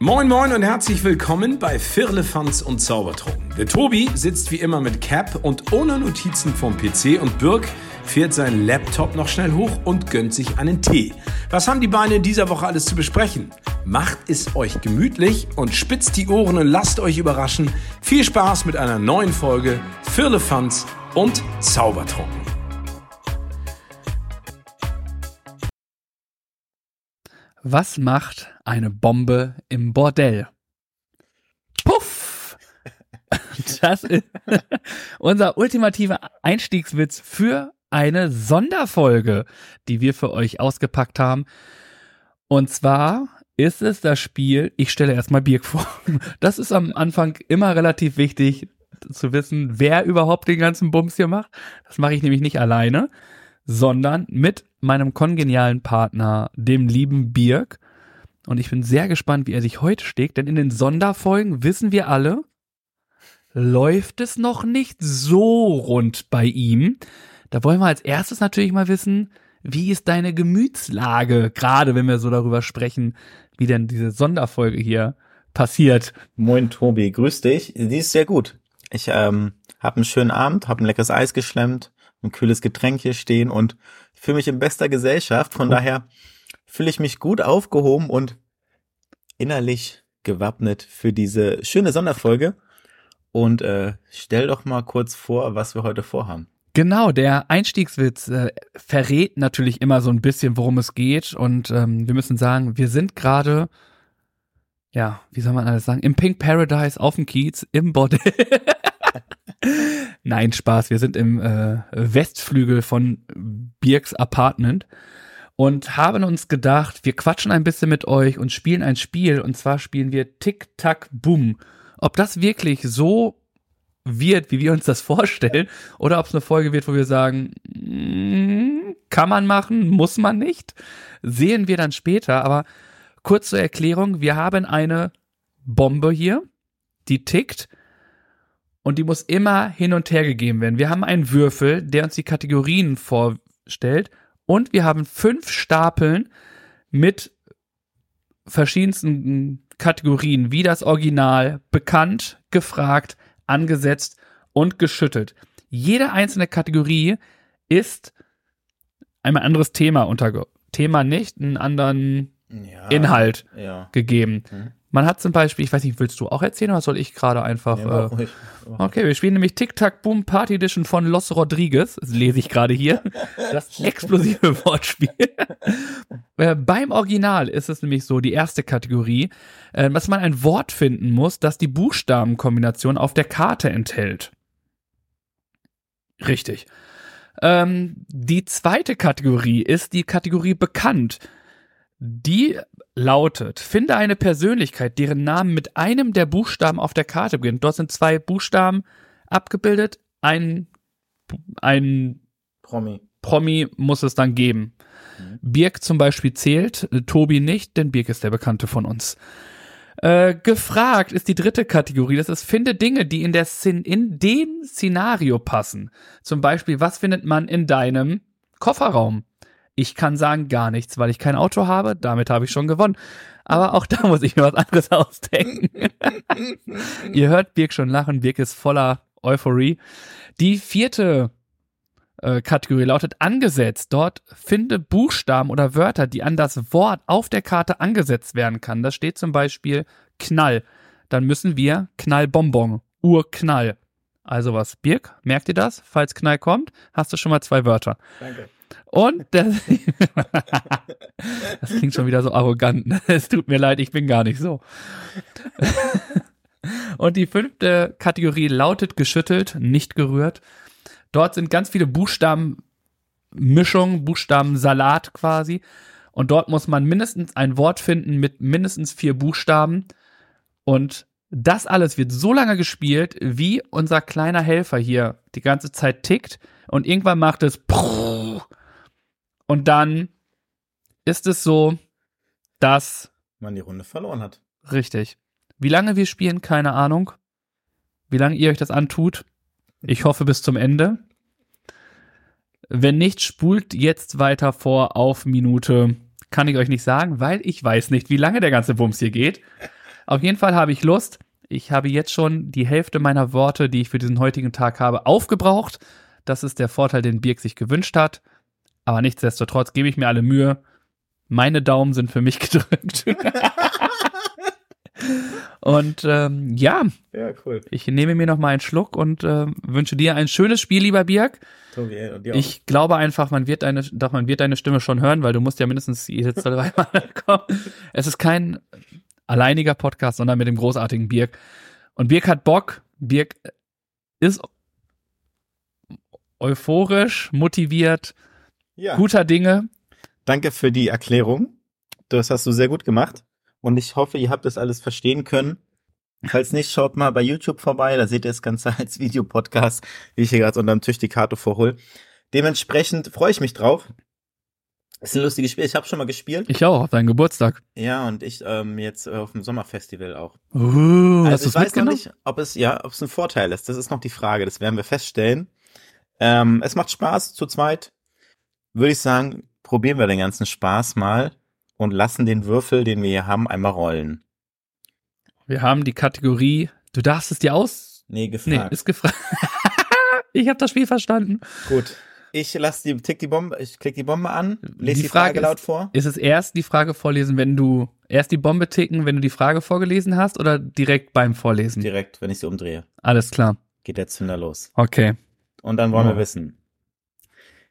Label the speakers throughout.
Speaker 1: Moin Moin und herzlich willkommen bei Firlefanz und Zaubertrunken. Der Tobi sitzt wie immer mit Cap und ohne Notizen vom PC und Birk fährt seinen Laptop noch schnell hoch und gönnt sich einen Tee. Was haben die Beine in dieser Woche alles zu besprechen? Macht es euch gemütlich und spitzt die Ohren und lasst euch überraschen. Viel Spaß mit einer neuen Folge Firlefanz und Zaubertrunken.
Speaker 2: Was macht eine Bombe im Bordell? Puff! Das ist unser ultimativer Einstiegswitz für eine Sonderfolge, die wir für euch ausgepackt haben. Und zwar ist es das Spiel, ich stelle erstmal Birk vor. Das ist am Anfang immer relativ wichtig zu wissen, wer überhaupt den ganzen Bums hier macht. Das mache ich nämlich nicht alleine sondern mit meinem kongenialen Partner, dem lieben Birk. Und ich bin sehr gespannt, wie er sich heute schlägt, denn in den Sonderfolgen wissen wir alle, läuft es noch nicht so rund bei ihm. Da wollen wir als erstes natürlich mal wissen, wie ist deine Gemütslage, gerade wenn wir so darüber sprechen, wie denn diese Sonderfolge hier passiert.
Speaker 3: Moin Tobi, grüß dich. Die ist sehr gut. Ich ähm, habe einen schönen Abend, habe ein leckeres Eis geschlemmt, ein kühles Getränk hier stehen und fühle mich in bester Gesellschaft. Von daher fühle ich mich gut aufgehoben und innerlich gewappnet für diese schöne Sonderfolge. Und äh, stell doch mal kurz vor, was wir heute vorhaben.
Speaker 2: Genau, der Einstiegswitz äh, verrät natürlich immer so ein bisschen, worum es geht. Und ähm, wir müssen sagen, wir sind gerade, ja, wie soll man alles sagen, im Pink Paradise auf dem Kiez, im Bordell. Nein, Spaß. Wir sind im äh, Westflügel von Birks Apartment und haben uns gedacht, wir quatschen ein bisschen mit euch und spielen ein Spiel. Und zwar spielen wir Tick-Tack-Boom. Ob das wirklich so wird, wie wir uns das vorstellen, oder ob es eine Folge wird, wo wir sagen, mm, kann man machen, muss man nicht, sehen wir dann später. Aber kurz zur Erklärung, wir haben eine Bombe hier, die tickt und die muss immer hin und her gegeben werden. Wir haben einen Würfel, der uns die Kategorien vorstellt und wir haben fünf Stapeln mit verschiedensten Kategorien, wie das Original, bekannt, gefragt, angesetzt und geschüttelt. Jede einzelne Kategorie ist einmal anderes Thema unter Thema nicht, einen anderen
Speaker 3: Ja.
Speaker 2: Inhalt
Speaker 3: Ja.
Speaker 2: gegeben.
Speaker 3: Ah. Mhm.
Speaker 2: Man hat zum Beispiel, ich weiß nicht, willst du auch erzählen oder soll ich gerade einfach
Speaker 3: Ja,
Speaker 2: äh,
Speaker 3: mach ruhig.
Speaker 2: Okay, wir spielen nämlich Tic-Tac-Boom Party Edition von Los Rodriguez. Das lese ich gerade hier. Das explosive Wortspiel. Äh, beim Original ist es nämlich so, die erste Kategorie, äh, dass man ein Wort finden muss, das die Buchstabenkombination auf der Karte enthält. Richtig. Ähm, die zweite Kategorie ist die Kategorie bekannt. Die lautet, finde eine Persönlichkeit, deren Namen mit einem der Buchstaben auf der Karte beginnt. Dort sind zwei Buchstaben abgebildet. Ein, ein
Speaker 3: Promi.
Speaker 2: Promi muss es dann geben.
Speaker 3: Mhm.
Speaker 2: Birk zum Beispiel zählt, äh, Tobi nicht, denn Birk ist der Bekannte von uns. Äh, gefragt ist die dritte Kategorie. Das ist, finde Dinge, die in, der Szen in dem Szenario passen. Zum Beispiel, was findet man in deinem Kofferraum? Ich kann sagen gar nichts, weil ich kein Auto habe. Damit habe ich schon gewonnen. Aber auch da muss ich mir was anderes ausdenken. Ihr hört Birk schon lachen. Birk ist voller Euphorie. Die vierte äh, Kategorie lautet angesetzt. Dort finde Buchstaben oder Wörter, die an das Wort auf der Karte angesetzt werden kann. Da steht zum Beispiel Knall. Dann müssen wir Knallbonbon, Urknall. Also was, Birk, merkt ihr das? Falls Knall kommt, hast du schon mal zwei Wörter.
Speaker 3: Danke.
Speaker 2: Und das, das klingt schon wieder so arrogant. ne? Es tut mir leid, ich bin gar nicht so. Und die fünfte Kategorie lautet geschüttelt, nicht gerührt. Dort sind ganz viele Buchstabenmischungen, Buchstabensalat quasi. Und dort muss man mindestens ein Wort finden mit mindestens vier Buchstaben. Und das alles wird so lange gespielt, wie unser kleiner Helfer hier die ganze Zeit tickt. Und irgendwann macht es und dann ist es so, dass
Speaker 3: Man die Runde verloren hat.
Speaker 2: richtig. Wie lange wir spielen, keine Ahnung. Wie lange ihr euch das antut. Ich hoffe bis zum Ende. Wenn nicht, spult jetzt weiter vor auf Minute. Kann ich euch nicht sagen, weil ich weiß nicht, wie lange der ganze Bums hier geht. Auf jeden Fall habe ich Lust. Ich habe jetzt schon die Hälfte meiner Worte, die ich für diesen heutigen Tag habe, aufgebraucht. Das ist der Vorteil, den Birk sich gewünscht hat. Aber nichtsdestotrotz gebe ich mir alle Mühe. Meine Daumen sind für mich gedrückt. und ähm, ja,
Speaker 3: Ja, cool.
Speaker 2: ich nehme mir noch mal einen Schluck und äh, wünsche dir ein schönes Spiel, lieber Birk.
Speaker 3: Tobi, äh, ey, und dir auch.
Speaker 2: Ich glaube einfach, man wird deine, doch man wird deine Stimme schon hören, weil du musst ja mindestens jetzt zweimal kommen. Es ist kein alleiniger Podcast, sondern mit dem großartigen Birk. Und Birk hat Bock. Birk ist euphorisch, motiviert,
Speaker 3: ja.
Speaker 2: guter Dinge.
Speaker 3: Danke für die Erklärung. Das hast du sehr gut gemacht. Und ich hoffe, ihr habt das alles verstehen können. Falls nicht, schaut mal bei YouTube vorbei. Da seht ihr das Ganze als Videopodcast, wie ich hier gerade unterm Tisch die Karte vorhole. Dementsprechend freue ich mich drauf. Ist ein lustiges Spiel. Ich habe schon mal gespielt.
Speaker 2: Ich auch auf deinen Geburtstag.
Speaker 3: Ja, und ich ähm, jetzt äh, auf dem Sommerfestival auch.
Speaker 2: Uh, hast du's
Speaker 3: Also ich weiß noch
Speaker 2: mitgenommen?
Speaker 3: nicht, ob es ja, ob es ein Vorteil ist. Das ist noch die Frage. Das werden wir feststellen. Ähm, es macht Spaß zu zweit. Würde ich sagen, probieren wir den ganzen Spaß mal und lassen den Würfel, den wir hier haben, einmal rollen.
Speaker 2: Wir haben die Kategorie, du darfst es dir aus.
Speaker 3: Nee,
Speaker 2: Nee,
Speaker 3: gefragt.
Speaker 2: ist gefragt. ich habe das Spiel verstanden.
Speaker 3: Gut. Ich lasse die, tick die Bombe, ich klick die Bombe an, lese
Speaker 2: Die
Speaker 3: die, Frage,
Speaker 2: Frage ist-
Speaker 3: laut vor.
Speaker 2: Ist es erst die Frage vorlesen, wenn du erst die Bombe ticken, wenn du die Frage vorgelesen hast oder direkt beim Vorlesen?
Speaker 3: Direkt, wenn ich sie umdrehe,
Speaker 2: Alles klar.
Speaker 3: geht der Zünder los.
Speaker 2: Okay.
Speaker 3: Und dann wollen
Speaker 2: Oh.
Speaker 3: wir wissen.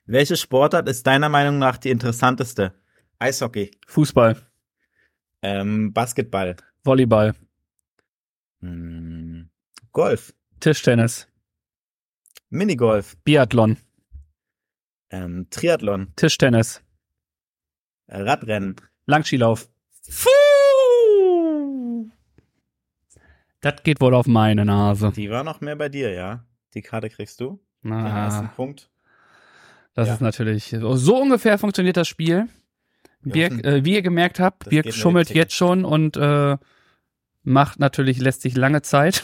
Speaker 3: Welche Sportart ist deiner Meinung nach die interessanteste? Eishockey,
Speaker 2: Fußball,
Speaker 3: ähm, Basketball,
Speaker 2: Volleyball,
Speaker 3: Hm, Golf,
Speaker 2: Tischtennis,
Speaker 3: Minigolf,
Speaker 2: Biathlon,
Speaker 3: ähm, Triathlon,
Speaker 2: Tischtennis,
Speaker 3: äh, Radrennen.
Speaker 2: Langskilauf. Das geht wohl auf meine Nase.
Speaker 3: Die war noch mehr bei dir, ja? Die Karte kriegst du. Den ersten
Speaker 2: Ah,
Speaker 3: Punkt.
Speaker 2: das
Speaker 3: Ja.
Speaker 2: ist natürlich. So ungefähr funktioniert das Spiel.
Speaker 3: Ja,
Speaker 2: Birk,
Speaker 3: hm.
Speaker 2: äh, wie ihr gemerkt habt,
Speaker 3: Das geht
Speaker 2: Birk
Speaker 3: mit dem
Speaker 2: schummelt
Speaker 3: Ticken.
Speaker 2: jetzt schon und äh, macht natürlich, lässt sich lange Zeit.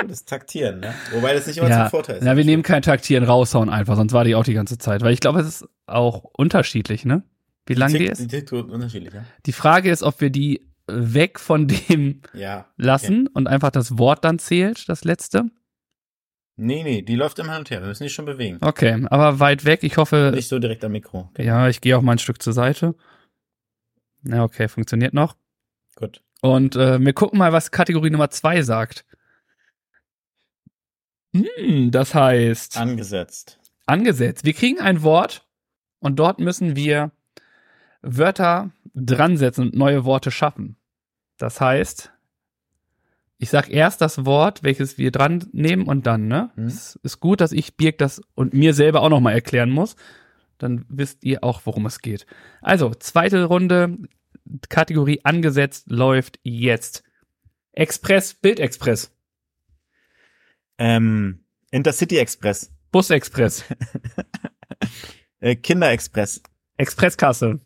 Speaker 3: Gutes Taktieren, ne? Wobei das nicht immer
Speaker 2: äh, Ja,
Speaker 3: zum Vorteil ist.
Speaker 2: Na, wir nehmen kein Taktieren raushauen einfach, sonst war die auch die ganze Zeit. Weil ich glaube, es ist auch unterschiedlich, ne? Wie lang die
Speaker 3: Tick-
Speaker 2: ist.
Speaker 3: Tick- Tick- unterschiedlich, ja?
Speaker 2: Die Frage ist, ob wir die äh, weg von dem
Speaker 3: Ja.
Speaker 2: lassen und einfach das Wort dann zählt, das letzte.
Speaker 3: Nee, nee, die läuft immer hin und her. Wir müssen die schon bewegen.
Speaker 2: Okay, aber weit weg. Ich hoffe,
Speaker 3: Nicht so direkt am Mikro.
Speaker 2: ja, ich gehe auch mal ein Stück zur Seite. Na, okay, funktioniert noch.
Speaker 3: Gut.
Speaker 2: Und äh, wir gucken mal, was Kategorie Nummer zwei sagt. Hm, das heißt.
Speaker 3: Angesetzt.
Speaker 2: angesetzt. Wir kriegen ein Wort und dort müssen wir Wörter dransetzen und neue Worte schaffen. Das heißt, ich sag erst das Wort, welches wir dran nehmen und dann, ne?
Speaker 3: Mhm.
Speaker 2: Es ist gut, dass ich Birk das und mir selber auch nochmal erklären muss. Dann wisst ihr auch, worum es geht. Also, zweite Runde, Kategorie angesetzt läuft jetzt. Express, Bildexpress,
Speaker 3: Ähm, Intercity Express,
Speaker 2: Busexpress,
Speaker 3: äh, Kinderexpress.
Speaker 2: Expresskasse.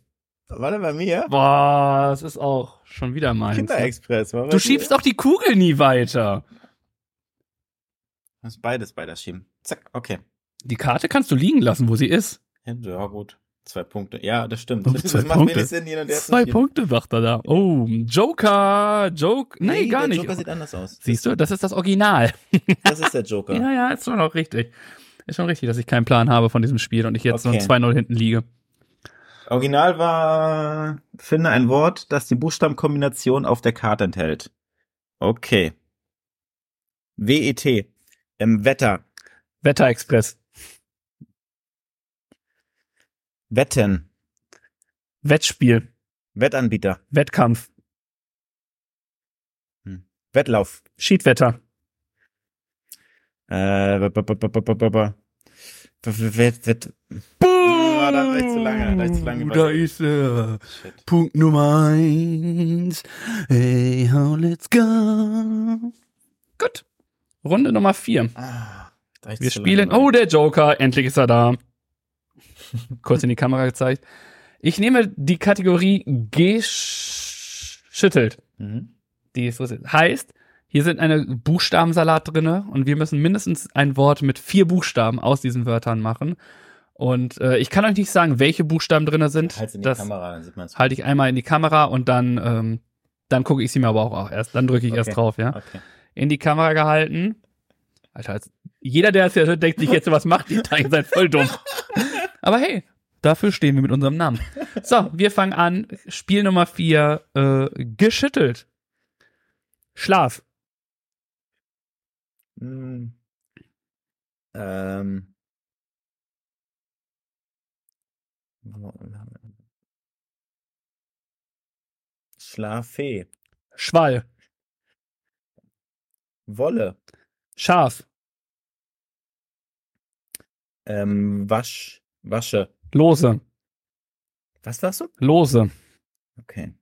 Speaker 3: Warte bei mir.
Speaker 2: Boah, das ist auch schon wieder meins.
Speaker 3: Kinderexpress. war bei
Speaker 2: Du
Speaker 3: dir.
Speaker 2: schiebst doch die Kugel nie weiter.
Speaker 3: Muss beides beider schieben. Zack, okay.
Speaker 2: Die Karte kannst du liegen lassen, wo sie ist.
Speaker 3: Ja, ja, gut. Zwei Punkte. Ja, das stimmt.
Speaker 2: Oh,
Speaker 3: Das
Speaker 2: zwei
Speaker 3: macht
Speaker 2: Punkte.
Speaker 3: wenig Sinn, hin und her zu
Speaker 2: Zwei
Speaker 3: schieben.
Speaker 2: Punkte sagt er da. Oh, Joker, Joke. Nee, gar
Speaker 3: der
Speaker 2: nicht.
Speaker 3: Joker sieht anders aus.
Speaker 2: Siehst du, das ist das Original.
Speaker 3: Das ist der Joker.
Speaker 2: Ja, ja, ist schon auch richtig. Ist schon richtig, dass ich keinen Plan habe von diesem Spiel und ich jetzt
Speaker 3: Okay.
Speaker 2: noch 2-0 hinten liege.
Speaker 3: Original war, finde ein Wort, das die Buchstabenkombination auf der Karte enthält. Okay. WET. Ähm, Wetter.
Speaker 2: Wetterexpress,
Speaker 3: Wetten.
Speaker 2: Wettspiel,
Speaker 3: Wettanbieter.
Speaker 2: Wettkampf,
Speaker 3: Wettlauf.
Speaker 2: Schiedwetter,
Speaker 3: Äh, ba- ba- ba- ba- ba- ba- ba- ba. W- Wett, Wett. Ah, da hab ich zu lange- da hab ich zu lange
Speaker 2: Da
Speaker 3: überlegt.
Speaker 2: ist er.
Speaker 3: Shit.
Speaker 2: Punkt Nummer eins. Hey, how let's go. Gut. Runde Nummer vier.
Speaker 3: Ah, da hab ich
Speaker 2: Wir
Speaker 3: zu
Speaker 2: spielen.
Speaker 3: lange
Speaker 2: Oh, der Joker. Endlich ist er da. Kurz in die Kamera gezeigt. Ich nehme die Kategorie geschüttelt.
Speaker 3: Mhm.
Speaker 2: Die ist, was ist- heißt, hier sind eine Buchstabensalat drinne und wir müssen mindestens ein Wort mit vier Buchstaben aus diesen Wörtern machen. Und äh, ich kann euch nicht sagen, welche Buchstaben drinne sind.
Speaker 3: Halt's Halt in die
Speaker 2: Das-
Speaker 3: Kamera, dann sieht man's.
Speaker 2: halte ich einmal in die Kamera und dann ähm, Dann gucke ich sie mir aber auch erst. Dann drücke ich erst
Speaker 3: Okay.
Speaker 2: drauf, ja.
Speaker 3: Okay.
Speaker 2: In die Kamera gehalten. Alter, jetzt- jeder, der es ja hört, denkt sich jetzt, was macht ihr da? Ihr seid voll dumm. Aber hey, dafür stehen wir mit unserem Namen. So, wir fangen an. Spiel Nummer 4, äh, geschüttelt. Schlaf.
Speaker 3: Hm. Ähm. Schlaffee.
Speaker 2: Schwall.
Speaker 3: Wolle.
Speaker 2: Schaf.
Speaker 3: Ähm, Wasch. Wasche.
Speaker 2: Lose.
Speaker 3: Was warst du?
Speaker 2: Lose.
Speaker 3: Okay.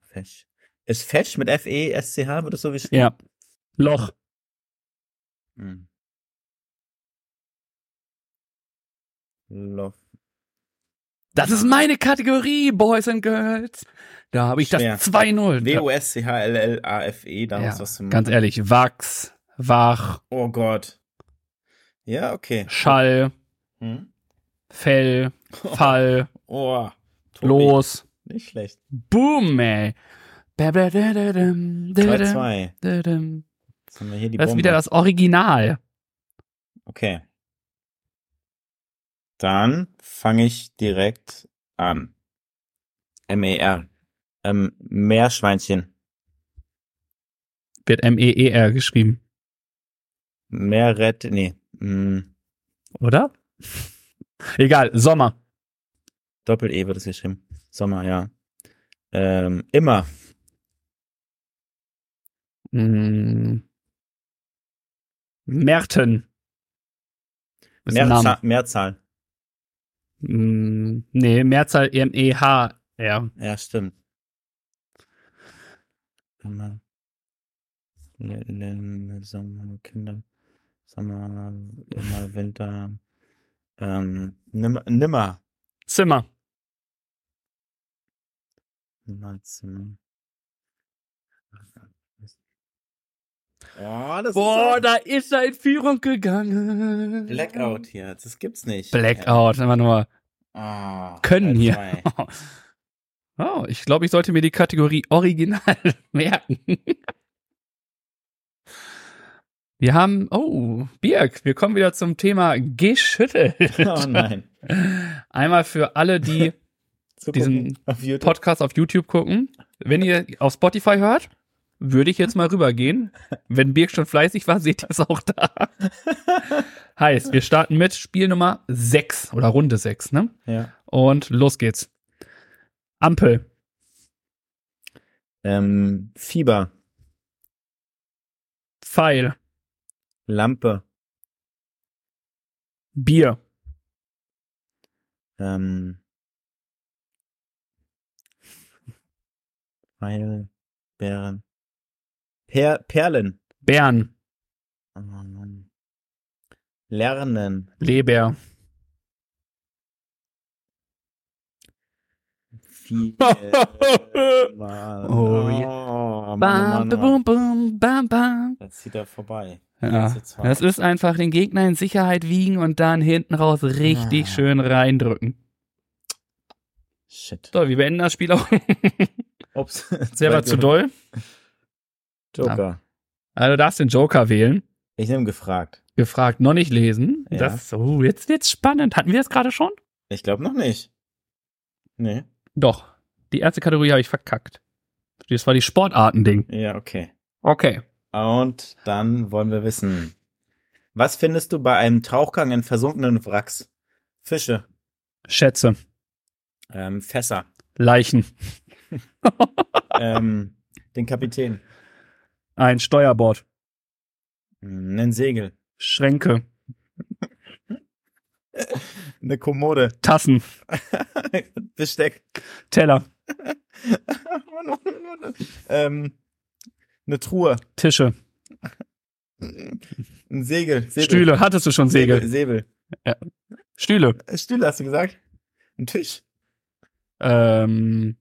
Speaker 3: Fesch. Ist Fesch mit E F-E-S-C-H, wird das so geschrieben?
Speaker 2: Ja. Loch.
Speaker 3: Hm. Loff.
Speaker 2: Das ist meine Kategorie, Boys and Girls. Da habe ich das
Speaker 3: Schwer.
Speaker 2: 2-0. Da-
Speaker 3: W-O-S-C-H-L-L-A-F-E, E, da
Speaker 2: Ja,
Speaker 3: muss was zu machen.
Speaker 2: Ganz ehrlich, Wachs, Wach,
Speaker 3: Oh Gott. Ja, okay.
Speaker 2: Schall,
Speaker 3: Hm.
Speaker 2: Fell, Fall,
Speaker 3: Oh, Tobi.
Speaker 2: Los.
Speaker 3: Nicht schlecht.
Speaker 2: Boom, ey. 2-2.
Speaker 3: 2-2.
Speaker 2: Das
Speaker 3: Jetzt haben wir hier die
Speaker 2: ist
Speaker 3: Bombe.
Speaker 2: wieder das Original.
Speaker 3: Okay. Dann fange ich direkt an. M-E-R. Ähm, Meerschweinchen.
Speaker 2: Wird M-E-E-R geschrieben,
Speaker 3: Meerrett, nee. Hm.
Speaker 2: oder? Egal, Sommer.
Speaker 3: Doppel-E wird es geschrieben. Sommer, ja. Ähm, immer.
Speaker 2: Mm. Merten. Ist ein
Speaker 3: Mehrzahl,
Speaker 2: Name.
Speaker 3: Mehrzahl.
Speaker 2: Mm, Nee, E Mehrzahl M-E-H-R.
Speaker 3: Ja, stimmt. Sommer. Le- Le- Sommer, Kinder. Sommer, immer Winter. Ähm, nimmer, nimmer.
Speaker 2: Zimmer.
Speaker 3: Niemals. ne? Oh, das
Speaker 2: Boah,
Speaker 3: ist so
Speaker 2: da ist er in Führung gegangen.
Speaker 3: Blackout hier. Das gibt's nicht.
Speaker 2: Blackout, einfach nur.
Speaker 3: Ah,
Speaker 2: Können
Speaker 3: drei,
Speaker 2: hier.
Speaker 3: zwei.
Speaker 2: Oh, ich glaube, ich sollte mir die Kategorie Original merken. Wir haben, oh, Birg, wir kommen wieder zum Thema geschüttelt.
Speaker 3: Oh nein.
Speaker 2: Einmal für alle, die
Speaker 3: Zu
Speaker 2: Diesen
Speaker 3: gucken auf YouTube.
Speaker 2: Podcast auf YouTube gucken. Wenn ihr auf Spotify hört, würde ich jetzt mal rübergehen. Wenn Birg schon fleißig war, seht ihr es auch da. Heißt, wir starten mit Spiel Nummer 6 oder Runde 6, ne?
Speaker 3: Ja.
Speaker 2: Und los geht's. Ampel,
Speaker 3: Ähm, Fieber,
Speaker 2: Pfeil,
Speaker 3: Lampe,
Speaker 2: Bier,
Speaker 3: ähm, Pfeil, Bären, per Perlen,
Speaker 2: Bern,
Speaker 3: Oh Mann. Lernen,
Speaker 2: Leber.
Speaker 3: viel. Mann.
Speaker 2: Oh, ja.
Speaker 3: Mann,
Speaker 2: Bam,
Speaker 3: Mann, oh Mann.
Speaker 2: bam, bam, bam, bam.
Speaker 3: Jetzt zieht er vorbei.
Speaker 2: Ja,
Speaker 3: Jetzt zwei.
Speaker 2: das ist einfach den Gegner in Sicherheit wiegen und dann hinten raus richtig
Speaker 3: Ah.
Speaker 2: schön reindrücken.
Speaker 3: Shit.
Speaker 2: So, wir beenden das Spiel auch
Speaker 3: Ups.
Speaker 2: selber zu doll.
Speaker 3: Joker.
Speaker 2: Also du darfst den Joker wählen.
Speaker 3: Ich nehme gefragt.
Speaker 2: Gefragt, noch nicht lesen.
Speaker 3: Ja.
Speaker 2: Das, oh, jetzt wird's spannend. Hatten wir das gerade schon?
Speaker 3: Ich glaube noch nicht. Nee.
Speaker 2: Doch. Die erste Kategorie habe ich verkackt. Das war die Sportarten-Ding.
Speaker 3: Ja, okay.
Speaker 2: Okay.
Speaker 3: Und dann wollen wir wissen. Was findest du bei einem Tauchgang in versunkenen Wracks? Fische,
Speaker 2: Schätze,
Speaker 3: ähm, Fässer,
Speaker 2: Leichen,
Speaker 3: ähm, den Kapitän,
Speaker 2: ein Steuerbord,
Speaker 3: mh, ein hm, Segel,
Speaker 2: Schränke,
Speaker 3: eine Kommode,
Speaker 2: Tassen,
Speaker 3: Besteck,
Speaker 2: Teller,
Speaker 3: ähm, eine Truhe,
Speaker 2: Tische,
Speaker 3: ein Segel, Säbel.
Speaker 2: Stühle. Hattest du schon Segel?
Speaker 3: Säbel.
Speaker 2: Stühle.
Speaker 3: Äh, Stühle hast du gesagt? Ein Tisch,
Speaker 2: Ähm,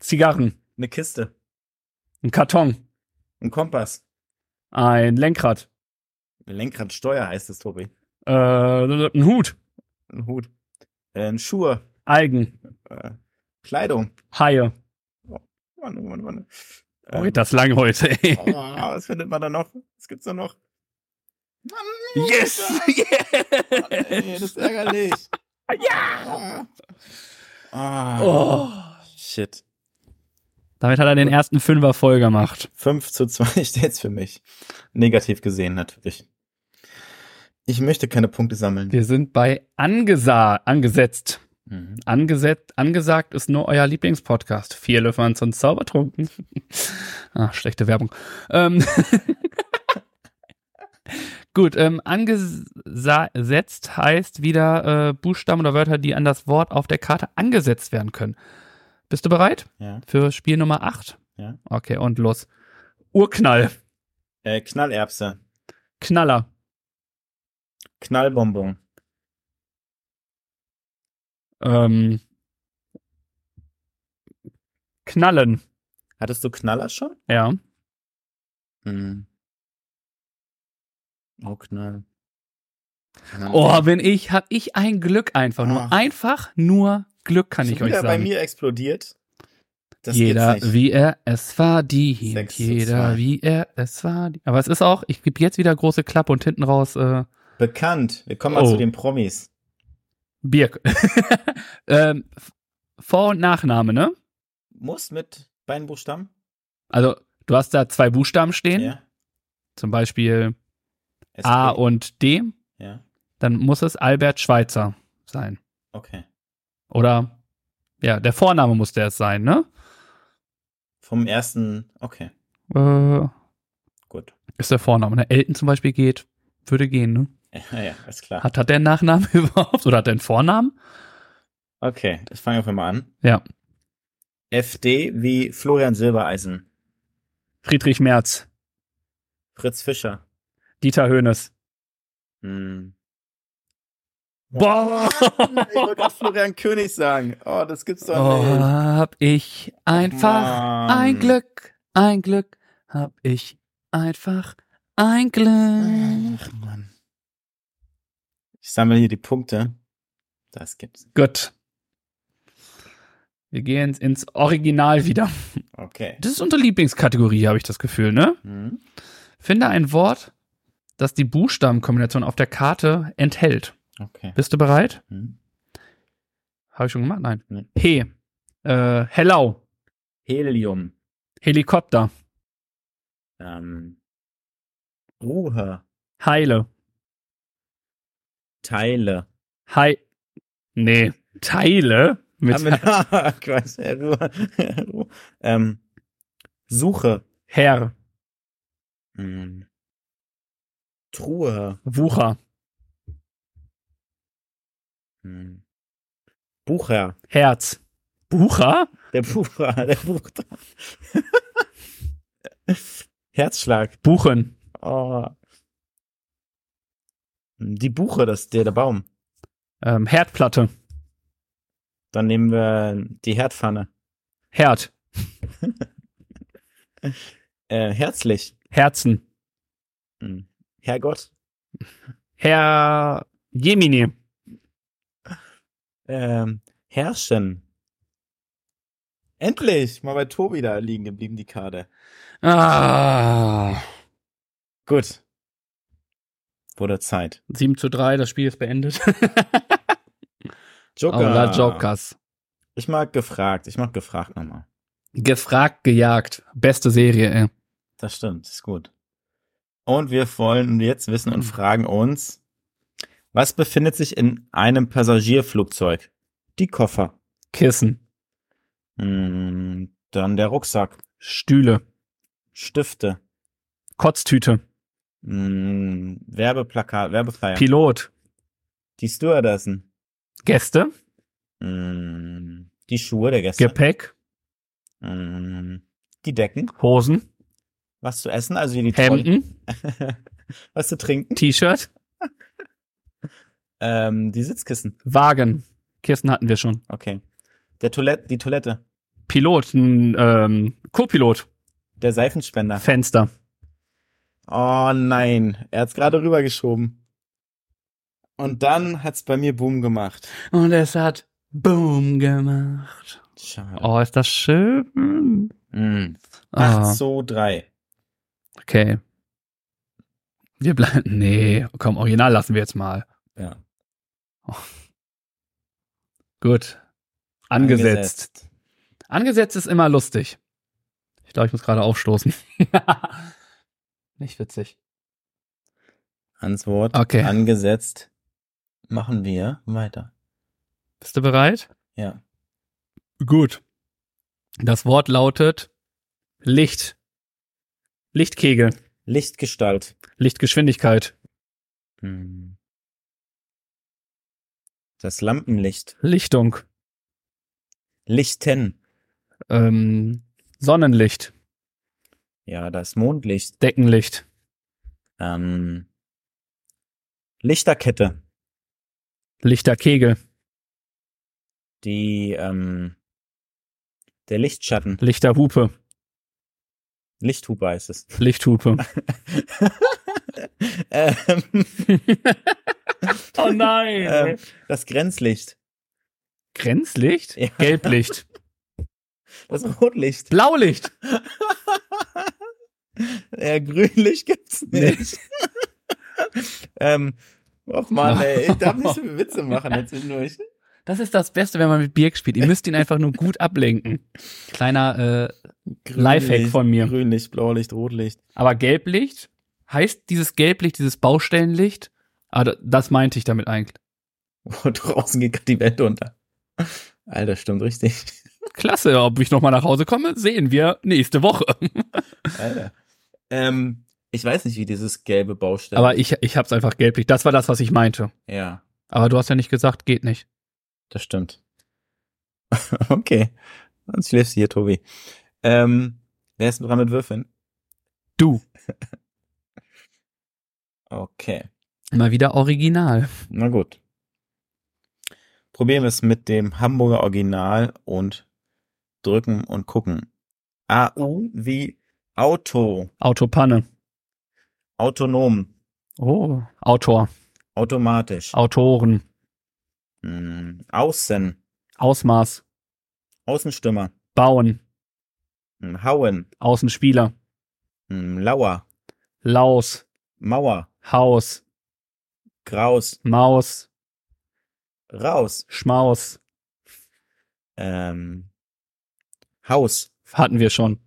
Speaker 2: Zigarren,
Speaker 3: eine Kiste,
Speaker 2: ein Karton,
Speaker 3: ein Kompass,
Speaker 2: ein Lenkrad,
Speaker 3: Lenkradsteuer heißt es, Tobi,
Speaker 2: äh, ein Hut,
Speaker 3: ein Hut, äh, ein Schuhe,
Speaker 2: Algen,
Speaker 3: äh, Kleidung.
Speaker 2: Haie.
Speaker 3: Mann, oh Mann, oh Mann.
Speaker 2: Oh, geht das lang heute, ey.
Speaker 3: oh, was findet man da noch? Was gibt's da noch? Mann,
Speaker 2: Yes!
Speaker 3: ey, das ist ärgerlich. ja! Ah,
Speaker 2: Oh.
Speaker 3: Shit.
Speaker 2: Damit hat er den ersten Fünfer voll gemacht.
Speaker 3: 5 zu 2 steht's für mich. Negativ gesehen natürlich. Ich möchte keine Punkte sammeln.
Speaker 2: Wir sind bei Angesa angesetzt.
Speaker 3: Mhm.
Speaker 2: Angesetzt, angesagt ist nur euer Lieblingspodcast. Vier Löfferns und Zaubertrunken. ah, schlechte Werbung. Ähm Gut, ähm, angesetzt heißt wieder äh, Buchstaben oder Wörter, die an das Wort auf der Karte angesetzt werden können. Bist du bereit
Speaker 3: Ja.
Speaker 2: für Spiel Nummer 8?
Speaker 3: Ja.
Speaker 2: Okay, und los. Urknall,
Speaker 3: Äh, Knallerbse,
Speaker 2: Knaller,
Speaker 3: Knallbonbon,
Speaker 2: ähm, Knallen,
Speaker 3: Hattest du Knaller schon?
Speaker 2: ja.
Speaker 3: Mhm. Oh, Knall. Knall.
Speaker 2: Oh, bin ich, hab ich ein Glück einfach nur.
Speaker 3: Ach.
Speaker 2: Einfach nur Glück kann
Speaker 3: Ah. Schon
Speaker 2: ich euch
Speaker 3: wieder
Speaker 2: sagen.
Speaker 3: bei mir explodiert. Das
Speaker 2: jeder
Speaker 3: geht's nicht.
Speaker 2: wie er es verdient.
Speaker 3: Sechs zu
Speaker 2: Jeder
Speaker 3: zwei.
Speaker 2: wie er es verdient. Aber es ist auch, ich gebe jetzt wieder große Klappe und hinten raus äh,
Speaker 3: Bekannt. Wir kommen mal
Speaker 2: Oh.
Speaker 3: zu den Promis.
Speaker 2: Birk. ähm, F- Vor- und Nachname, ne?
Speaker 3: Muss mit beiden Buchstaben?
Speaker 2: Also, du hast da zwei Buchstaben stehen, zum Beispiel
Speaker 3: Es
Speaker 2: A
Speaker 3: geht.
Speaker 2: und D.
Speaker 3: Ja.
Speaker 2: Dann muss es Albert Schweitzer sein.
Speaker 3: Okay.
Speaker 2: Oder, ja, der Vorname muss der es sein, ne?
Speaker 3: Vom ersten. Okay.
Speaker 2: Äh,
Speaker 3: Gut.
Speaker 2: ist der Vorname. Ne? Elton zum Beispiel geht, würde gehen, ne?
Speaker 3: Ja, ja, ist klar.
Speaker 2: Hat, hat der einen Nachnamen überhaupt oder hat der einen Vornamen?
Speaker 3: Okay, ich fange einfach mal an.
Speaker 2: Ja.
Speaker 3: FD wie Florian Silbereisen,
Speaker 2: Friedrich Merz,
Speaker 3: Fritz Fischer.
Speaker 2: Dieter Hönes.
Speaker 3: Hm.
Speaker 2: Boah!
Speaker 3: Ich wollte gerade Florian König sagen. Oh, das gibt's doch
Speaker 2: Oh,
Speaker 3: nicht.
Speaker 2: hab ich einfach
Speaker 3: Mann.
Speaker 2: ein Glück, ein Glück, hab ich einfach ein Glück.
Speaker 3: Ach, Mann. Ich sammle hier die Punkte. Das gibt's.
Speaker 2: Gut. Wir gehen ins Original wieder.
Speaker 3: Okay.
Speaker 2: Das ist unsere Lieblingskategorie, habe ich das Gefühl, ne?
Speaker 3: Hm.
Speaker 2: Finde ein Wort, das die Buchstabenkombination auf der Karte enthält.
Speaker 3: Okay.
Speaker 2: Bist du bereit?
Speaker 3: Hm.
Speaker 2: Habe ich schon gemacht? Nein.
Speaker 3: Nee.
Speaker 2: He. Äh, hello.
Speaker 3: Helium.
Speaker 2: Helikopter.
Speaker 3: Ähm. Ruhe.
Speaker 2: Heile.
Speaker 3: Teile.
Speaker 2: Hei. Nee. Teile? Mit
Speaker 3: Haben wir- Quatsch. äh, Ruhe. Ruhe. ähm. Suche.
Speaker 2: Herr.
Speaker 3: Hm. Truhe.
Speaker 2: Wucher.
Speaker 3: Hm. Bucher.
Speaker 2: Herz. Bucher?
Speaker 3: Der Bucher, der Bucher. Herzschlag.
Speaker 2: Buchen.
Speaker 3: Oh. Die Buche, das der, der Baum.
Speaker 2: Ähm, Herdplatte.
Speaker 3: Dann nehmen wir die Herdpfanne.
Speaker 2: Herd.
Speaker 3: Äh, herzlich.
Speaker 2: Herzen.
Speaker 3: Hm. Herrgott.
Speaker 2: Herr. Jemini.
Speaker 3: Ähm, herrschen. Endlich! Mal bei Tobi da liegen geblieben, die Karte.
Speaker 2: Ah.
Speaker 3: Gut. Wurde Zeit.
Speaker 2: 7 zu 3, das Spiel ist beendet.
Speaker 3: Joker.
Speaker 2: Aula Jokers.
Speaker 3: Ich mag gefragt. Ich mag gefragt nochmal.
Speaker 2: Gefragt, gejagt. Beste Serie, äh, ey.
Speaker 3: Das stimmt, ist gut. Und wir wollen jetzt wissen und fragen uns, was befindet sich in einem Passagierflugzeug? Die Koffer.
Speaker 2: Kissen.
Speaker 3: Hm, dann der Rucksack.
Speaker 2: Stühle.
Speaker 3: Stifte.
Speaker 2: Kotztüte.
Speaker 3: Hm, Werbeplakat, Werbeflyer.
Speaker 2: Pilot.
Speaker 3: die Stewardessen.
Speaker 2: Gäste.
Speaker 3: Hm, die Schuhe der Gäste.
Speaker 2: Gepäck.
Speaker 3: Hm, die Decken.
Speaker 2: Hosen.
Speaker 3: Was zu essen, also die Trolley-
Speaker 2: Hemden.
Speaker 3: Was zu trinken.
Speaker 2: T-Shirt.
Speaker 3: Ähm, die Sitzkissen.
Speaker 2: Wagen. Kirsten hatten wir schon.
Speaker 3: Okay. Der Toilette, die Toilette.
Speaker 2: Pilot, ein, ähm, Co-Pilot,
Speaker 3: Der Seifenspender.
Speaker 2: Fenster,
Speaker 3: Oh nein, er hat's gerade rübergeschoben. Und dann hat's bei mir Boom gemacht.
Speaker 2: Und es hat Boom gemacht.
Speaker 3: Schade.
Speaker 2: Oh, ist das schön.
Speaker 3: Mm.
Speaker 2: Oh. Ah,
Speaker 3: 8 zu 3.
Speaker 2: okay. Wir bleiben. Nee, komm, Original lassen wir jetzt mal.
Speaker 3: Ja.
Speaker 2: Gut. Angesetzt. Angesetzt ist immer lustig. Ich glaube, ich muss gerade aufstoßen. Nicht witzig.
Speaker 3: Ans Wort.
Speaker 2: Okay.
Speaker 3: Angesetzt. Machen wir weiter.
Speaker 2: Bist du bereit?
Speaker 3: Ja.
Speaker 2: Gut. Das Wort lautet Licht. Lichtkegel.
Speaker 3: Lichtgestalt.
Speaker 2: Lichtgeschwindigkeit.
Speaker 3: Hm. Das Lampenlicht.
Speaker 2: Lichtung.
Speaker 3: Lichten.
Speaker 2: Ähm, Sonnenlicht.
Speaker 3: Ja, das Mondlicht.
Speaker 2: Deckenlicht.
Speaker 3: Ähm, Lichterkette.
Speaker 2: Lichterkegel.
Speaker 3: Die, ähm, der Lichtschatten.
Speaker 2: Lichterhupe.
Speaker 3: Lichthupe heißt es.
Speaker 2: Lichthupe.
Speaker 3: ähm,
Speaker 2: oh nein.
Speaker 3: ähm, das Grenzlicht.
Speaker 2: Grenzlicht?
Speaker 3: Ja.
Speaker 2: Gelblicht. Oh.
Speaker 3: Das Rotlicht.
Speaker 2: Blaulicht.
Speaker 3: Ja, Grünlicht gibt's nicht. ähm, oh Mann, ey, ich darf nicht so Witze machen jetzt zwischendurch.
Speaker 2: Das ist das Beste, wenn man mit Birk spielt. Ihr müsst ihn einfach nur gut ablenken. Kleiner, äh, Lifehack von mir.
Speaker 3: Grünlicht, Blaulicht, Rotlicht.
Speaker 2: aber Gelblicht heißt dieses Gelblicht, dieses Baustellenlicht. Ah, da- das meinte ich damit eigentlich.
Speaker 3: Oh, draußen geht gerade die Welt unter. Alter, stimmt richtig.
Speaker 2: Klasse, ob ich nochmal nach Hause komme, sehen wir nächste Woche.
Speaker 3: Alter. Ähm, ich weiß nicht, wie dieses gelbe Baustelle.
Speaker 2: Aber ich, ich hab's einfach gelblicht. Das war das, was ich meinte.
Speaker 3: ja,
Speaker 2: Aber du hast ja nicht gesagt, geht nicht.
Speaker 3: das stimmt. okay. Sonst schläfst du hier, Tobi. Ähm, wer ist dran mit Würfeln?
Speaker 2: Du.
Speaker 3: Okay.
Speaker 2: Mal wieder original.
Speaker 3: Na gut. Probieren wir es mit dem Hamburger Original und drücken und gucken. AU wie Auto,
Speaker 2: Autopanne.
Speaker 3: autonom,
Speaker 2: Oh. Autor.
Speaker 3: automatisch.
Speaker 2: Autoren.
Speaker 3: Mm, Außen,
Speaker 2: Ausmaß.
Speaker 3: Außenstimmer,
Speaker 2: Bauen.
Speaker 3: Mm, hauen,
Speaker 2: Außenspieler.
Speaker 3: Mm, lauer,
Speaker 2: Laus.
Speaker 3: Mauer,
Speaker 2: Haus.
Speaker 3: graus,
Speaker 2: Maus.
Speaker 3: raus,
Speaker 2: Schmaus.
Speaker 3: ähm, Haus.
Speaker 2: Hatten wir schon.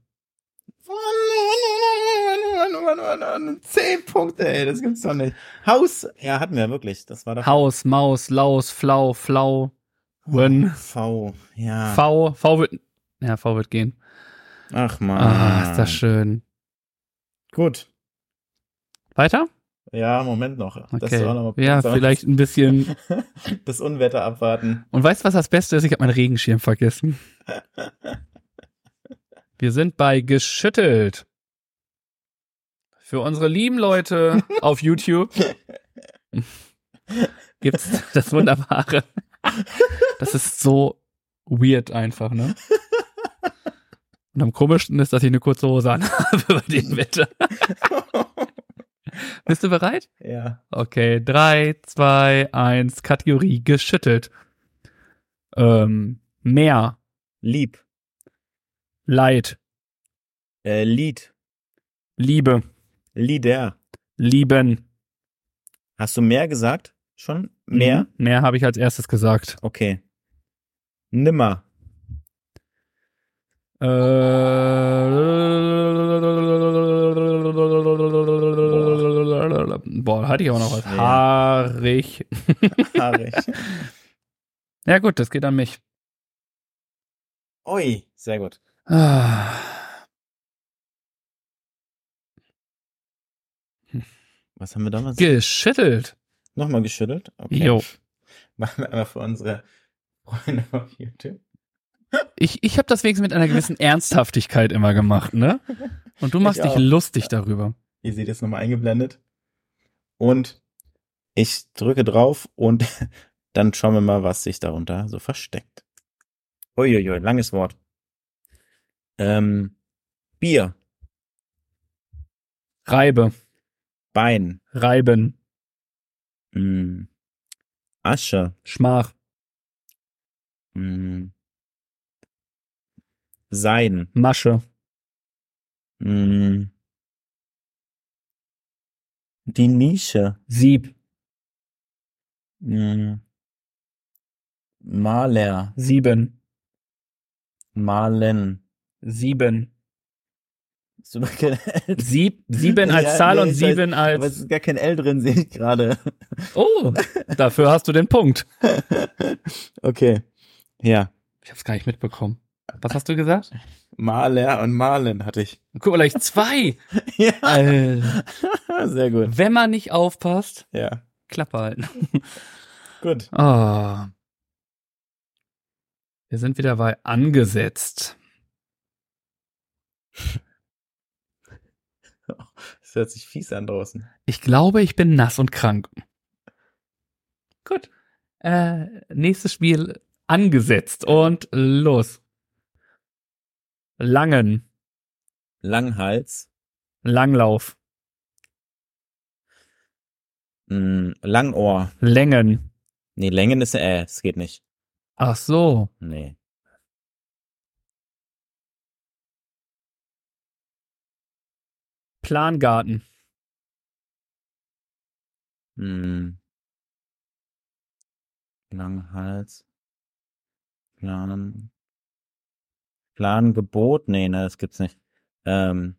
Speaker 3: Zehn Punkte, ey, das gibt's doch nicht. Haus, ja, hatten wir wirklich, das war doch
Speaker 2: Haus, Maus, Laus, Flau, Flau. Wen.
Speaker 3: V, ja.
Speaker 2: V. V wird. Ja, V wird gehen.
Speaker 3: Ach man.
Speaker 2: Ah, ist das schön.
Speaker 3: Gut.
Speaker 2: Weiter?
Speaker 3: Ja, Moment noch. Das soll
Speaker 2: Okay.
Speaker 3: noch mal-
Speaker 2: Ja,
Speaker 3: soll-
Speaker 2: vielleicht ein bisschen.
Speaker 3: Das Unwetter abwarten.
Speaker 2: Und weißt du, was das Beste ist? Ich habe meinen Regenschirm vergessen. Wir sind bei Geschüttelt. Für unsere lieben Leute auf YouTube gibt's das Wunderbare. Das ist so weird einfach, ne? Und am komischsten ist, dass ich eine kurze Hose anhabe bei dem Wetter. Bist du bereit?
Speaker 3: ja.
Speaker 2: Okay, drei, zwei, eins. Kategorie geschüttelt. Ähm, Meer,
Speaker 3: Lieb.
Speaker 2: Leid,
Speaker 3: Äh, Lied.
Speaker 2: Liebe,
Speaker 3: Lieder.
Speaker 2: Lieben.
Speaker 3: Hast du mehr gesagt? Schon? Mehr?
Speaker 2: Mhm. Mehr habe ich als erstes gesagt.
Speaker 3: Okay. Nimmer.
Speaker 2: Äh, boah, da hatte ich aber noch was.
Speaker 3: Schwer.
Speaker 2: Haarig.
Speaker 3: Haarig.
Speaker 2: Ja gut, das geht an mich.
Speaker 3: Ui. Sehr gut.
Speaker 2: Ah.
Speaker 3: Was haben wir damals?
Speaker 2: Geschüttelt.
Speaker 3: Nochmal geschüttelt. Okay.
Speaker 2: Jo.
Speaker 3: Machen wir einmal für unsere Freunde auf YouTube.
Speaker 2: Ich, ich habe das wenigstens mit einer gewissen Ernsthaftigkeit immer gemacht, ne? Und du machst
Speaker 3: Ich
Speaker 2: dich
Speaker 3: auch.
Speaker 2: lustig darüber.
Speaker 3: Ihr seht es nochmal eingeblendet. Und ich drücke drauf und dann schauen wir mal, was sich darunter so versteckt. Uiuiui, langes Wort. Ähm, Bier,
Speaker 2: Reibe,
Speaker 3: Bein,
Speaker 2: reiben,
Speaker 3: mh, mm, Asche,
Speaker 2: Schmach,
Speaker 3: Hm. Sein.
Speaker 4: Masche.
Speaker 3: Hm. Die Nische.
Speaker 4: Sieb.
Speaker 3: Hm. Maler.
Speaker 4: Sieben.
Speaker 3: Malen.
Speaker 4: Sieben.
Speaker 3: Ist aber kein L.
Speaker 4: Sieb, sieben als
Speaker 3: Ja,
Speaker 4: Zahl
Speaker 3: nee,
Speaker 4: und
Speaker 3: ich weiß,
Speaker 4: sieben
Speaker 3: Aber es
Speaker 4: als.
Speaker 3: ist gar kein L drin, sehe ich gerade.
Speaker 2: Oh, dafür hast du den Punkt.
Speaker 3: Okay. Ja.
Speaker 2: Ich hab's gar nicht mitbekommen. Was hast du gesagt?
Speaker 3: Maler und Malen hatte ich.
Speaker 2: Guck mal, gleich zwei.
Speaker 3: Ja,
Speaker 2: Alter.
Speaker 3: sehr gut.
Speaker 2: Wenn man nicht aufpasst,
Speaker 3: Ja,
Speaker 2: Klappe halten.
Speaker 3: gut.
Speaker 2: Ah. Wir sind wieder bei angesetzt.
Speaker 3: Das hört sich fies an draußen.
Speaker 2: Ich glaube, ich bin nass und krank. Gut. Äh, nächstes Spiel angesetzt und los. Langen,
Speaker 3: Langhals.
Speaker 2: Langlauf,
Speaker 3: Mm, Langohr.
Speaker 2: Längen.
Speaker 3: Nee, Längen ist äh, es geht nicht.
Speaker 2: Ach so.
Speaker 3: Nee.
Speaker 2: Plangarten,
Speaker 3: Mm. Langhals. Planen. Plangebot? Nee, ne, das gibt's nicht. Ähm.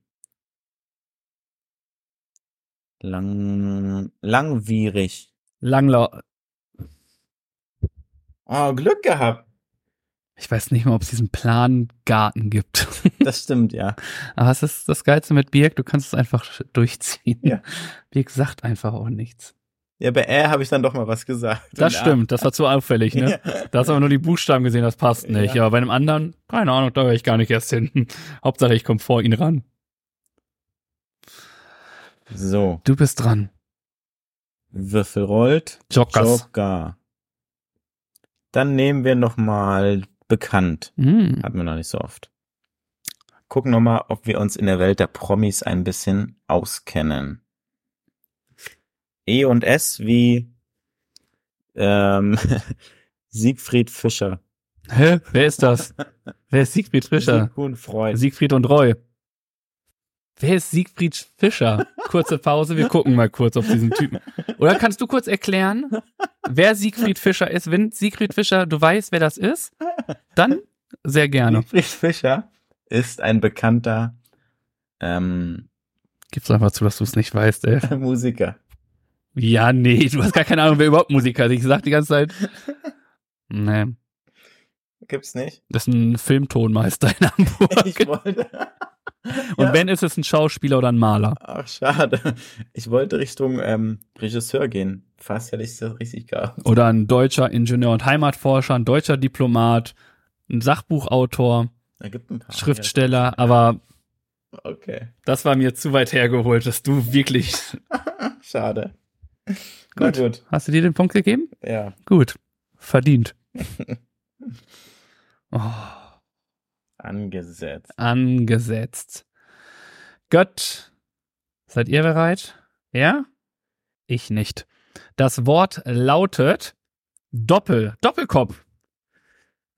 Speaker 3: Lang, langwierig.
Speaker 2: Langlauf.
Speaker 3: Oh, Glück gehabt.
Speaker 2: Ich weiß nicht mal, ob es diesen Plangarten gibt.
Speaker 3: Das stimmt, ja.
Speaker 2: Aber es ist das Geilste mit Birk, du kannst es einfach durchziehen.
Speaker 3: Ja.
Speaker 2: Birk sagt einfach auch nichts.
Speaker 3: Ja, bei R habe ich dann doch mal was gesagt.
Speaker 2: Das
Speaker 3: Und A.
Speaker 2: stimmt, das war zu auffällig, ne? Da hast du aber nur die Buchstaben gesehen, das passt nicht.
Speaker 3: Ja.
Speaker 2: Aber bei einem anderen, keine Ahnung, da höre ich gar nicht erst hin. Hauptsache, ich komme vor ihn ran.
Speaker 3: So,
Speaker 2: Du bist dran.
Speaker 3: Würfel rollt.
Speaker 2: Jockers.
Speaker 3: Joker. Dann nehmen wir noch mal bekannt.
Speaker 2: Mm.
Speaker 3: Hatten wir noch nicht so oft. Gucken noch mal, ob wir uns in der Welt der Promis ein bisschen auskennen. E und S wie ähm, Siegfried Fischer.
Speaker 2: Hä? Wer ist das? Wer ist Siegfried Fischer?
Speaker 3: Siegfried Freud.
Speaker 2: Siegfried und Roy. Wer ist Siegfried Fischer? Kurze Pause, wir gucken mal kurz auf diesen Typen. Oder kannst du kurz erklären, wer Siegfried Fischer ist? Wenn Siegfried Fischer, du weißt, wer das ist, dann sehr gerne.
Speaker 3: Siegfried Fischer ist ein bekannter ähm,
Speaker 2: Gib's einfach zu, dass du es nicht weißt, ey.
Speaker 3: Musiker.
Speaker 2: Ja, nee, du hast gar keine Ahnung, wer überhaupt Musiker ist. Ich sag die ganze Zeit. Nee,
Speaker 3: Gibt's nicht?
Speaker 2: das ist ein Filmtonmeister in
Speaker 3: Ich
Speaker 2: Hamburg.
Speaker 3: wollte.
Speaker 2: Und wenn, ist es ein Schauspieler oder ein Maler.
Speaker 3: Ach, schade. Ich wollte Richtung ähm, Regisseur gehen. Fast hätte ich das richtig gehabt.
Speaker 2: Oder ein deutscher Ingenieur und Heimatforscher, ein deutscher Diplomat, ein Sachbuchautor,
Speaker 3: Da gibt ein paar.
Speaker 2: Schriftsteller, aber
Speaker 3: Ja, okay.
Speaker 2: Ah, das war mir zu weit hergeholt, dass du wirklich.
Speaker 3: Schade. Na
Speaker 2: Gut.
Speaker 3: gut.
Speaker 2: Hast du dir den Punkt gegeben?
Speaker 3: Ja.
Speaker 2: Gut. Verdient. Oh,
Speaker 3: Angesetzt.
Speaker 2: angesetzt. Gott, seid ihr bereit? Ja? Ich nicht. Das Wort lautet Doppel, Doppelkopf,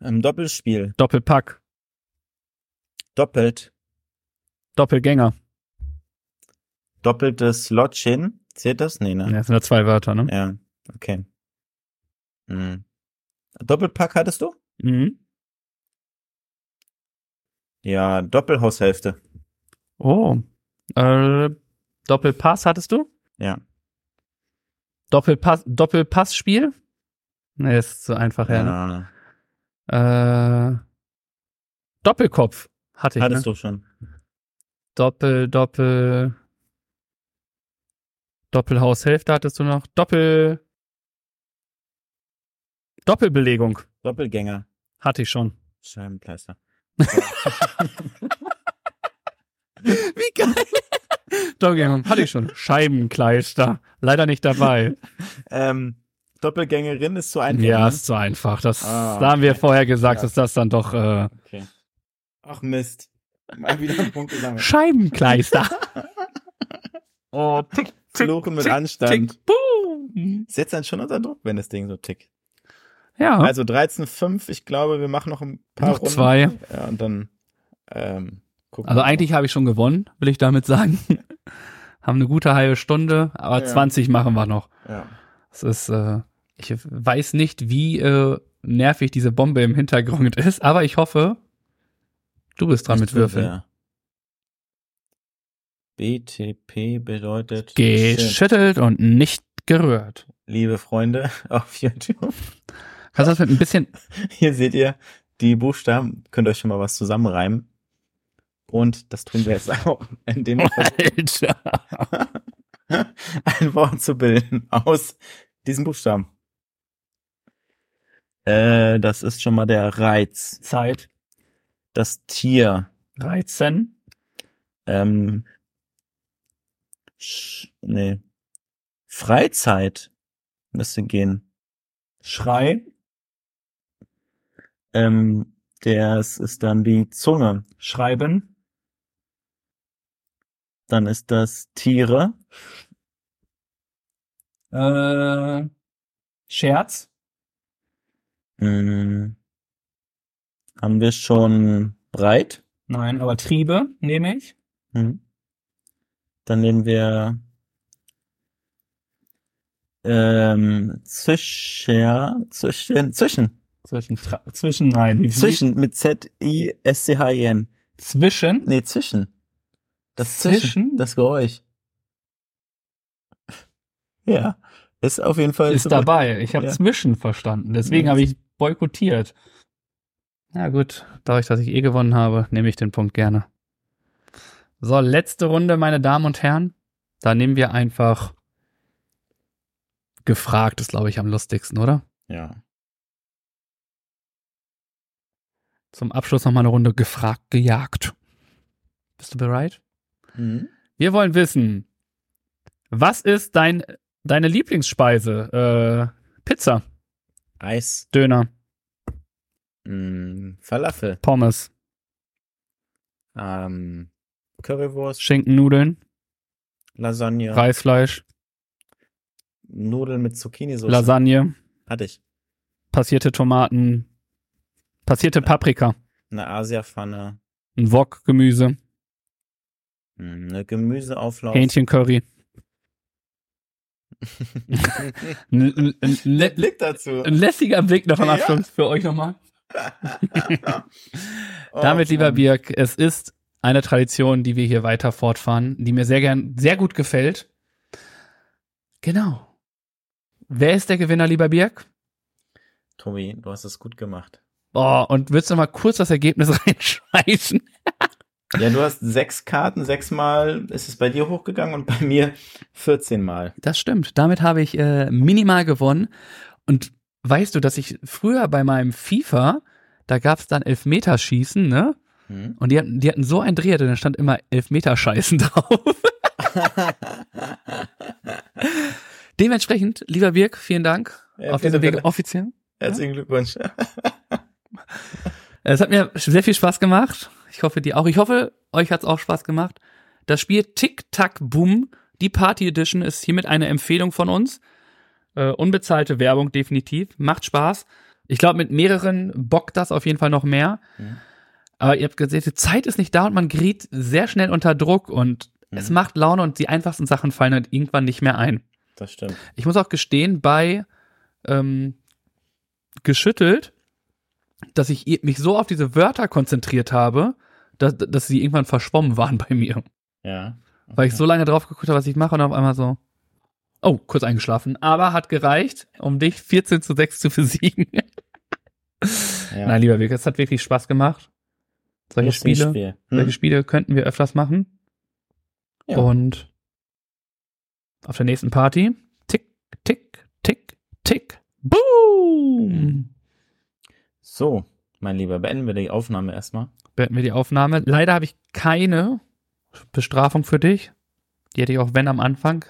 Speaker 3: Im Ähm, Doppelspiel.
Speaker 2: Doppelpack,
Speaker 3: Doppelt.
Speaker 2: Doppelgänger.
Speaker 3: Doppeltes Slotchen. Zählt das? Nee,
Speaker 2: Ja,
Speaker 3: ne?
Speaker 2: das sind ja zwei Wörter, ne?
Speaker 3: Ja. Okay. Hm. Doppelpack hattest du?
Speaker 2: Mhm.
Speaker 3: Ja, Doppelhaushälfte.
Speaker 2: Oh. Äh, Doppelpass hattest du?
Speaker 3: Ja.
Speaker 2: Doppelpass, Doppelpassspiel? Nee, ist zu einfach, ja.
Speaker 3: ja.
Speaker 2: ne? Äh, Doppelkopf hatte ich.
Speaker 3: Hattest
Speaker 2: ne?
Speaker 3: du schon.
Speaker 2: Doppel, Doppel. Doppelhaushälfte hattest du noch. Doppel. Doppelbelegung
Speaker 3: Doppelgänger.
Speaker 2: hatte ich schon.
Speaker 3: Scheibenkleister.
Speaker 2: Wie geil. Doppelbelegung hatte ich schon. Scheibenkleister. Leider nicht dabei.
Speaker 3: Ähm, Doppelgängerin ist zu einfach.
Speaker 2: Ja,
Speaker 3: ne?
Speaker 2: ist zu einfach. Das
Speaker 3: Ah,
Speaker 2: da haben wir
Speaker 3: okay.
Speaker 2: vorher gesagt,
Speaker 3: Ja.
Speaker 2: dass das dann doch äh,
Speaker 3: Okay. Ach Mist. Mal wieder einen Punkt gesammelt.
Speaker 2: Scheibenkleister. oh, tick,
Speaker 3: Fluchen mit
Speaker 2: tick,
Speaker 3: Anstand.
Speaker 2: boom.
Speaker 3: Setzt dann schon unter Druck, wenn das Ding so tickt.
Speaker 2: Ja.
Speaker 3: Also 13,5. Ich glaube, wir machen noch ein paar
Speaker 2: Ah. Noch
Speaker 3: Runden.
Speaker 2: zwei.
Speaker 3: Ja, und dann ähm, gucken
Speaker 2: Also
Speaker 3: wir
Speaker 2: eigentlich habe ich schon gewonnen, will ich damit sagen. Haben eine gute halbe Stunde, aber
Speaker 3: Ja.
Speaker 2: 20 machen wir noch.
Speaker 3: mal. Ja.
Speaker 2: Es ist, äh, ich weiß nicht, wie äh, nervig diese Bombe im Hintergrund ist, aber ich hoffe, du bist dran mit Würfeln.
Speaker 3: Ja. BTP bedeutet Shit,
Speaker 2: Geschüttelt und nicht gerührt.
Speaker 3: liebe Freunde auf YouTube.
Speaker 2: Kannst du das mit ein bisschen,
Speaker 3: Hier seht ihr die Buchstaben, könnt euch schon mal was zusammenreimen. Und das tun wir jetzt auch, indem wir
Speaker 2: Alter.
Speaker 3: ein Wort zu bilden aus diesen Buchstaben. Äh, das ist schon mal der Reiz.
Speaker 4: Zeit.
Speaker 3: Das Tier.
Speaker 4: Reizen.
Speaker 3: Ähm, Sch- nee. Freizeit müsste gehen.
Speaker 4: Schrei.
Speaker 3: Ähm, das ist dann die Zunge.
Speaker 4: Schreiben.
Speaker 3: Dann ist das Tiere.
Speaker 4: Äh, Scherz.
Speaker 3: Hm. Haben wir schon breit.
Speaker 4: Nein, aber Triebe nehme ich.
Speaker 3: Hm. Dann nehmen wir ähm, Zischer, Zwischen, Zwischen,
Speaker 4: Zwischen, Tra- zwischen, nein. wie-
Speaker 3: Zwischen mit Z-I-S-C-H-I-N.
Speaker 4: Zwischen.
Speaker 3: Nee, zwischen. Das
Speaker 4: Zwischen?
Speaker 3: zwischen? Das Geräusch. Ja, ist auf jeden Fall.
Speaker 2: ist dabei. Ich habe
Speaker 3: Ja.
Speaker 2: zwischen verstanden, deswegen habe ich boykottiert. Na gut, dadurch, dass ich eh gewonnen habe, nehme ich den Punkt gerne. So, letzte Runde, meine Damen und Herren. Da nehmen wir einfach gefragt, ist glaube ich am lustigsten, oder?
Speaker 3: Ja.
Speaker 2: Zum Abschluss nochmal eine Runde gefragt, gejagt. Bist du bereit?
Speaker 3: Mhm.
Speaker 2: Wir wollen wissen, was ist dein, deine Lieblingsspeise? Äh, Pizza,
Speaker 3: Eis.
Speaker 2: Döner,
Speaker 3: Mhm. Falafel.
Speaker 2: Pommes,
Speaker 3: Ähm, Currywurst.
Speaker 2: Schinkennudeln,
Speaker 3: Lasagne.
Speaker 2: Reisfleisch,
Speaker 3: Nudeln mit Zucchini-Soße.
Speaker 2: Lasagne,
Speaker 3: Hatte ich.
Speaker 2: passierte Tomaten, passierte Paprika,
Speaker 3: Eine Asiapfanne.
Speaker 2: ein Wok, Gemüse,
Speaker 3: Mhm. Eine Gemüseauflauf.
Speaker 2: Hähnchencurry. Ein- ein- ein lä-
Speaker 3: Blick dazu.
Speaker 2: Ein lässiger Blick noch am
Speaker 3: Ja.
Speaker 2: Abschluss für euch nochmal.
Speaker 3: Oh,
Speaker 2: Damit, lieber
Speaker 3: Mann.
Speaker 2: Birk, es ist eine Tradition, die wir hier weiter fortfahren, die mir sehr gern, sehr gut gefällt. Genau. Wer ist der Gewinner, lieber Birk?
Speaker 3: Tommy, du hast es gut gemacht.
Speaker 2: Boah, und willst du noch mal kurz das Ergebnis reinschreiben?
Speaker 3: Ja, du hast sechs Karten, sechsmal ist es bei dir hochgegangen und bei mir 14 Mal.
Speaker 2: Das stimmt. Damit habe ich äh, minimal gewonnen. Und weißt du, dass ich früher bei meinem FIFA, da gab es dann Elfmeterschießen, ne?
Speaker 3: Hm?
Speaker 2: Und die hatten, die hatten so einen Dreher, da stand immer Elfmeterscheißen drauf. Dementsprechend, lieber Birk, vielen Dank.
Speaker 3: Ja,
Speaker 2: auf diesem
Speaker 3: bitte,
Speaker 2: Weg
Speaker 3: bitte.
Speaker 2: offiziell.
Speaker 3: Herzlichen Glückwunsch.
Speaker 2: Es hat mir sehr viel Spaß gemacht. Ich hoffe, dir auch. Ich hoffe, euch hat es auch Spaß gemacht. Das Spiel Tic Tac Boom, die Party Edition, ist hiermit eine Empfehlung von uns. Äh, unbezahlte Werbung, definitiv. Macht Spaß. Ich glaube, mit mehreren bockt das auf jeden Fall noch mehr.
Speaker 3: Mhm.
Speaker 2: Aber ihr habt gesehen, die Zeit ist nicht da und man gerät sehr schnell unter Druck und
Speaker 3: Mhm.
Speaker 2: es macht Laune und die einfachsten Sachen fallen halt irgendwann nicht mehr ein.
Speaker 3: Das stimmt.
Speaker 2: Ich muss auch gestehen, bei ähm, geschüttelt, dass ich i- mich so auf diese Wörter konzentriert habe, dass, dass sie irgendwann verschwommen waren bei mir.
Speaker 3: Ja.
Speaker 2: Weil ich so lange drauf geguckt habe, was ich mache und auf einmal so. Oh, kurz eingeschlafen. Aber hat gereicht, um dich 14 zu 6 zu besiegen.
Speaker 3: Ja.
Speaker 2: Nein, lieber Wilke, es hat wirklich Spaß gemacht. Solche
Speaker 3: Lustiges
Speaker 2: Spiele,
Speaker 3: Spiel.
Speaker 2: solche
Speaker 3: Hm?
Speaker 2: Spiele könnten wir öfters machen.
Speaker 3: Ja.
Speaker 2: Und auf der nächsten Party. Tick, tick, tick, tick. Boom!
Speaker 3: So, mein Lieber, beenden wir die Aufnahme erstmal.
Speaker 2: Beenden wir die Aufnahme. Leider habe ich keine Bestrafung für dich. Die hätte ich auch wenn am Anfang.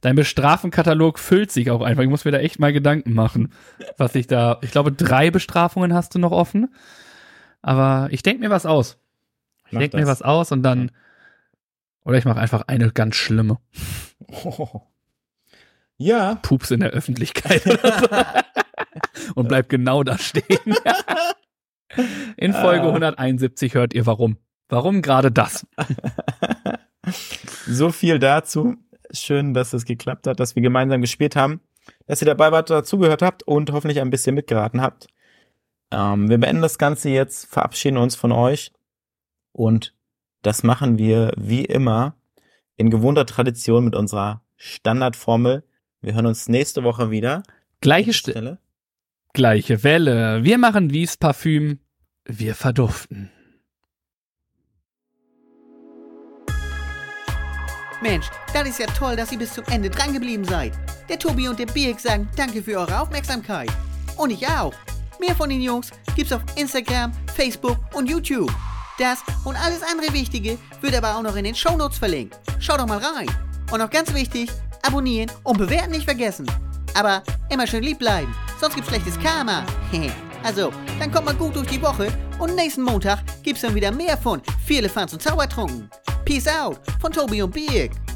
Speaker 2: Dein Bestrafenkatalog füllt sich auch einfach. Ich muss mir da echt mal Gedanken machen, was ich da. Ich glaube, drei Bestrafungen hast du noch offen. Aber ich denke mir was aus. Ich
Speaker 3: Mach
Speaker 2: denke mir
Speaker 3: das.
Speaker 2: was aus und dann. Oder ich mache einfach eine ganz schlimme.
Speaker 3: Ja,
Speaker 2: Pups in der Öffentlichkeit. oder so. und bleibt genau da stehen. In Folge
Speaker 3: Ah.
Speaker 2: 171 hört ihr warum. Warum gerade das?
Speaker 3: So viel dazu. Schön, dass es geklappt hat, dass wir gemeinsam gespielt haben, dass ihr dabei wart, dazugehört habt und hoffentlich ein bisschen mitgeraten habt. Ähm, wir beenden das Ganze jetzt, verabschieden uns von euch und das machen wir wie immer in gewohnter Tradition mit unserer Standardformel. Wir hören uns nächste Woche wieder.
Speaker 2: Gleiche, St
Speaker 3: Stelle.
Speaker 2: gleiche Welle. Wir machen wie's Parfüm. Wir verduften.
Speaker 5: Mensch, das ist ja toll, dass ihr bis zum Ende dran geblieben seid. Der Tobi und der Birk sagen danke für eure Aufmerksamkeit. Und ich auch. Mehr von den Jungs gibt's auf Instagram, Facebook und YouTube. Das und alles andere Wichtige wird aber auch noch in den Shownotes verlinkt. Schaut doch mal rein. Und noch ganz wichtig, abonnieren und bewerten nicht vergessen. Aber immer schön lieb bleiben, sonst gibt's schlechtes Karma. also, dann kommt mal gut durch die Woche und nächsten Montag gibt's dann wieder mehr von Viele Fans und Zaubertrunken. Peace out von Tobi und Birk.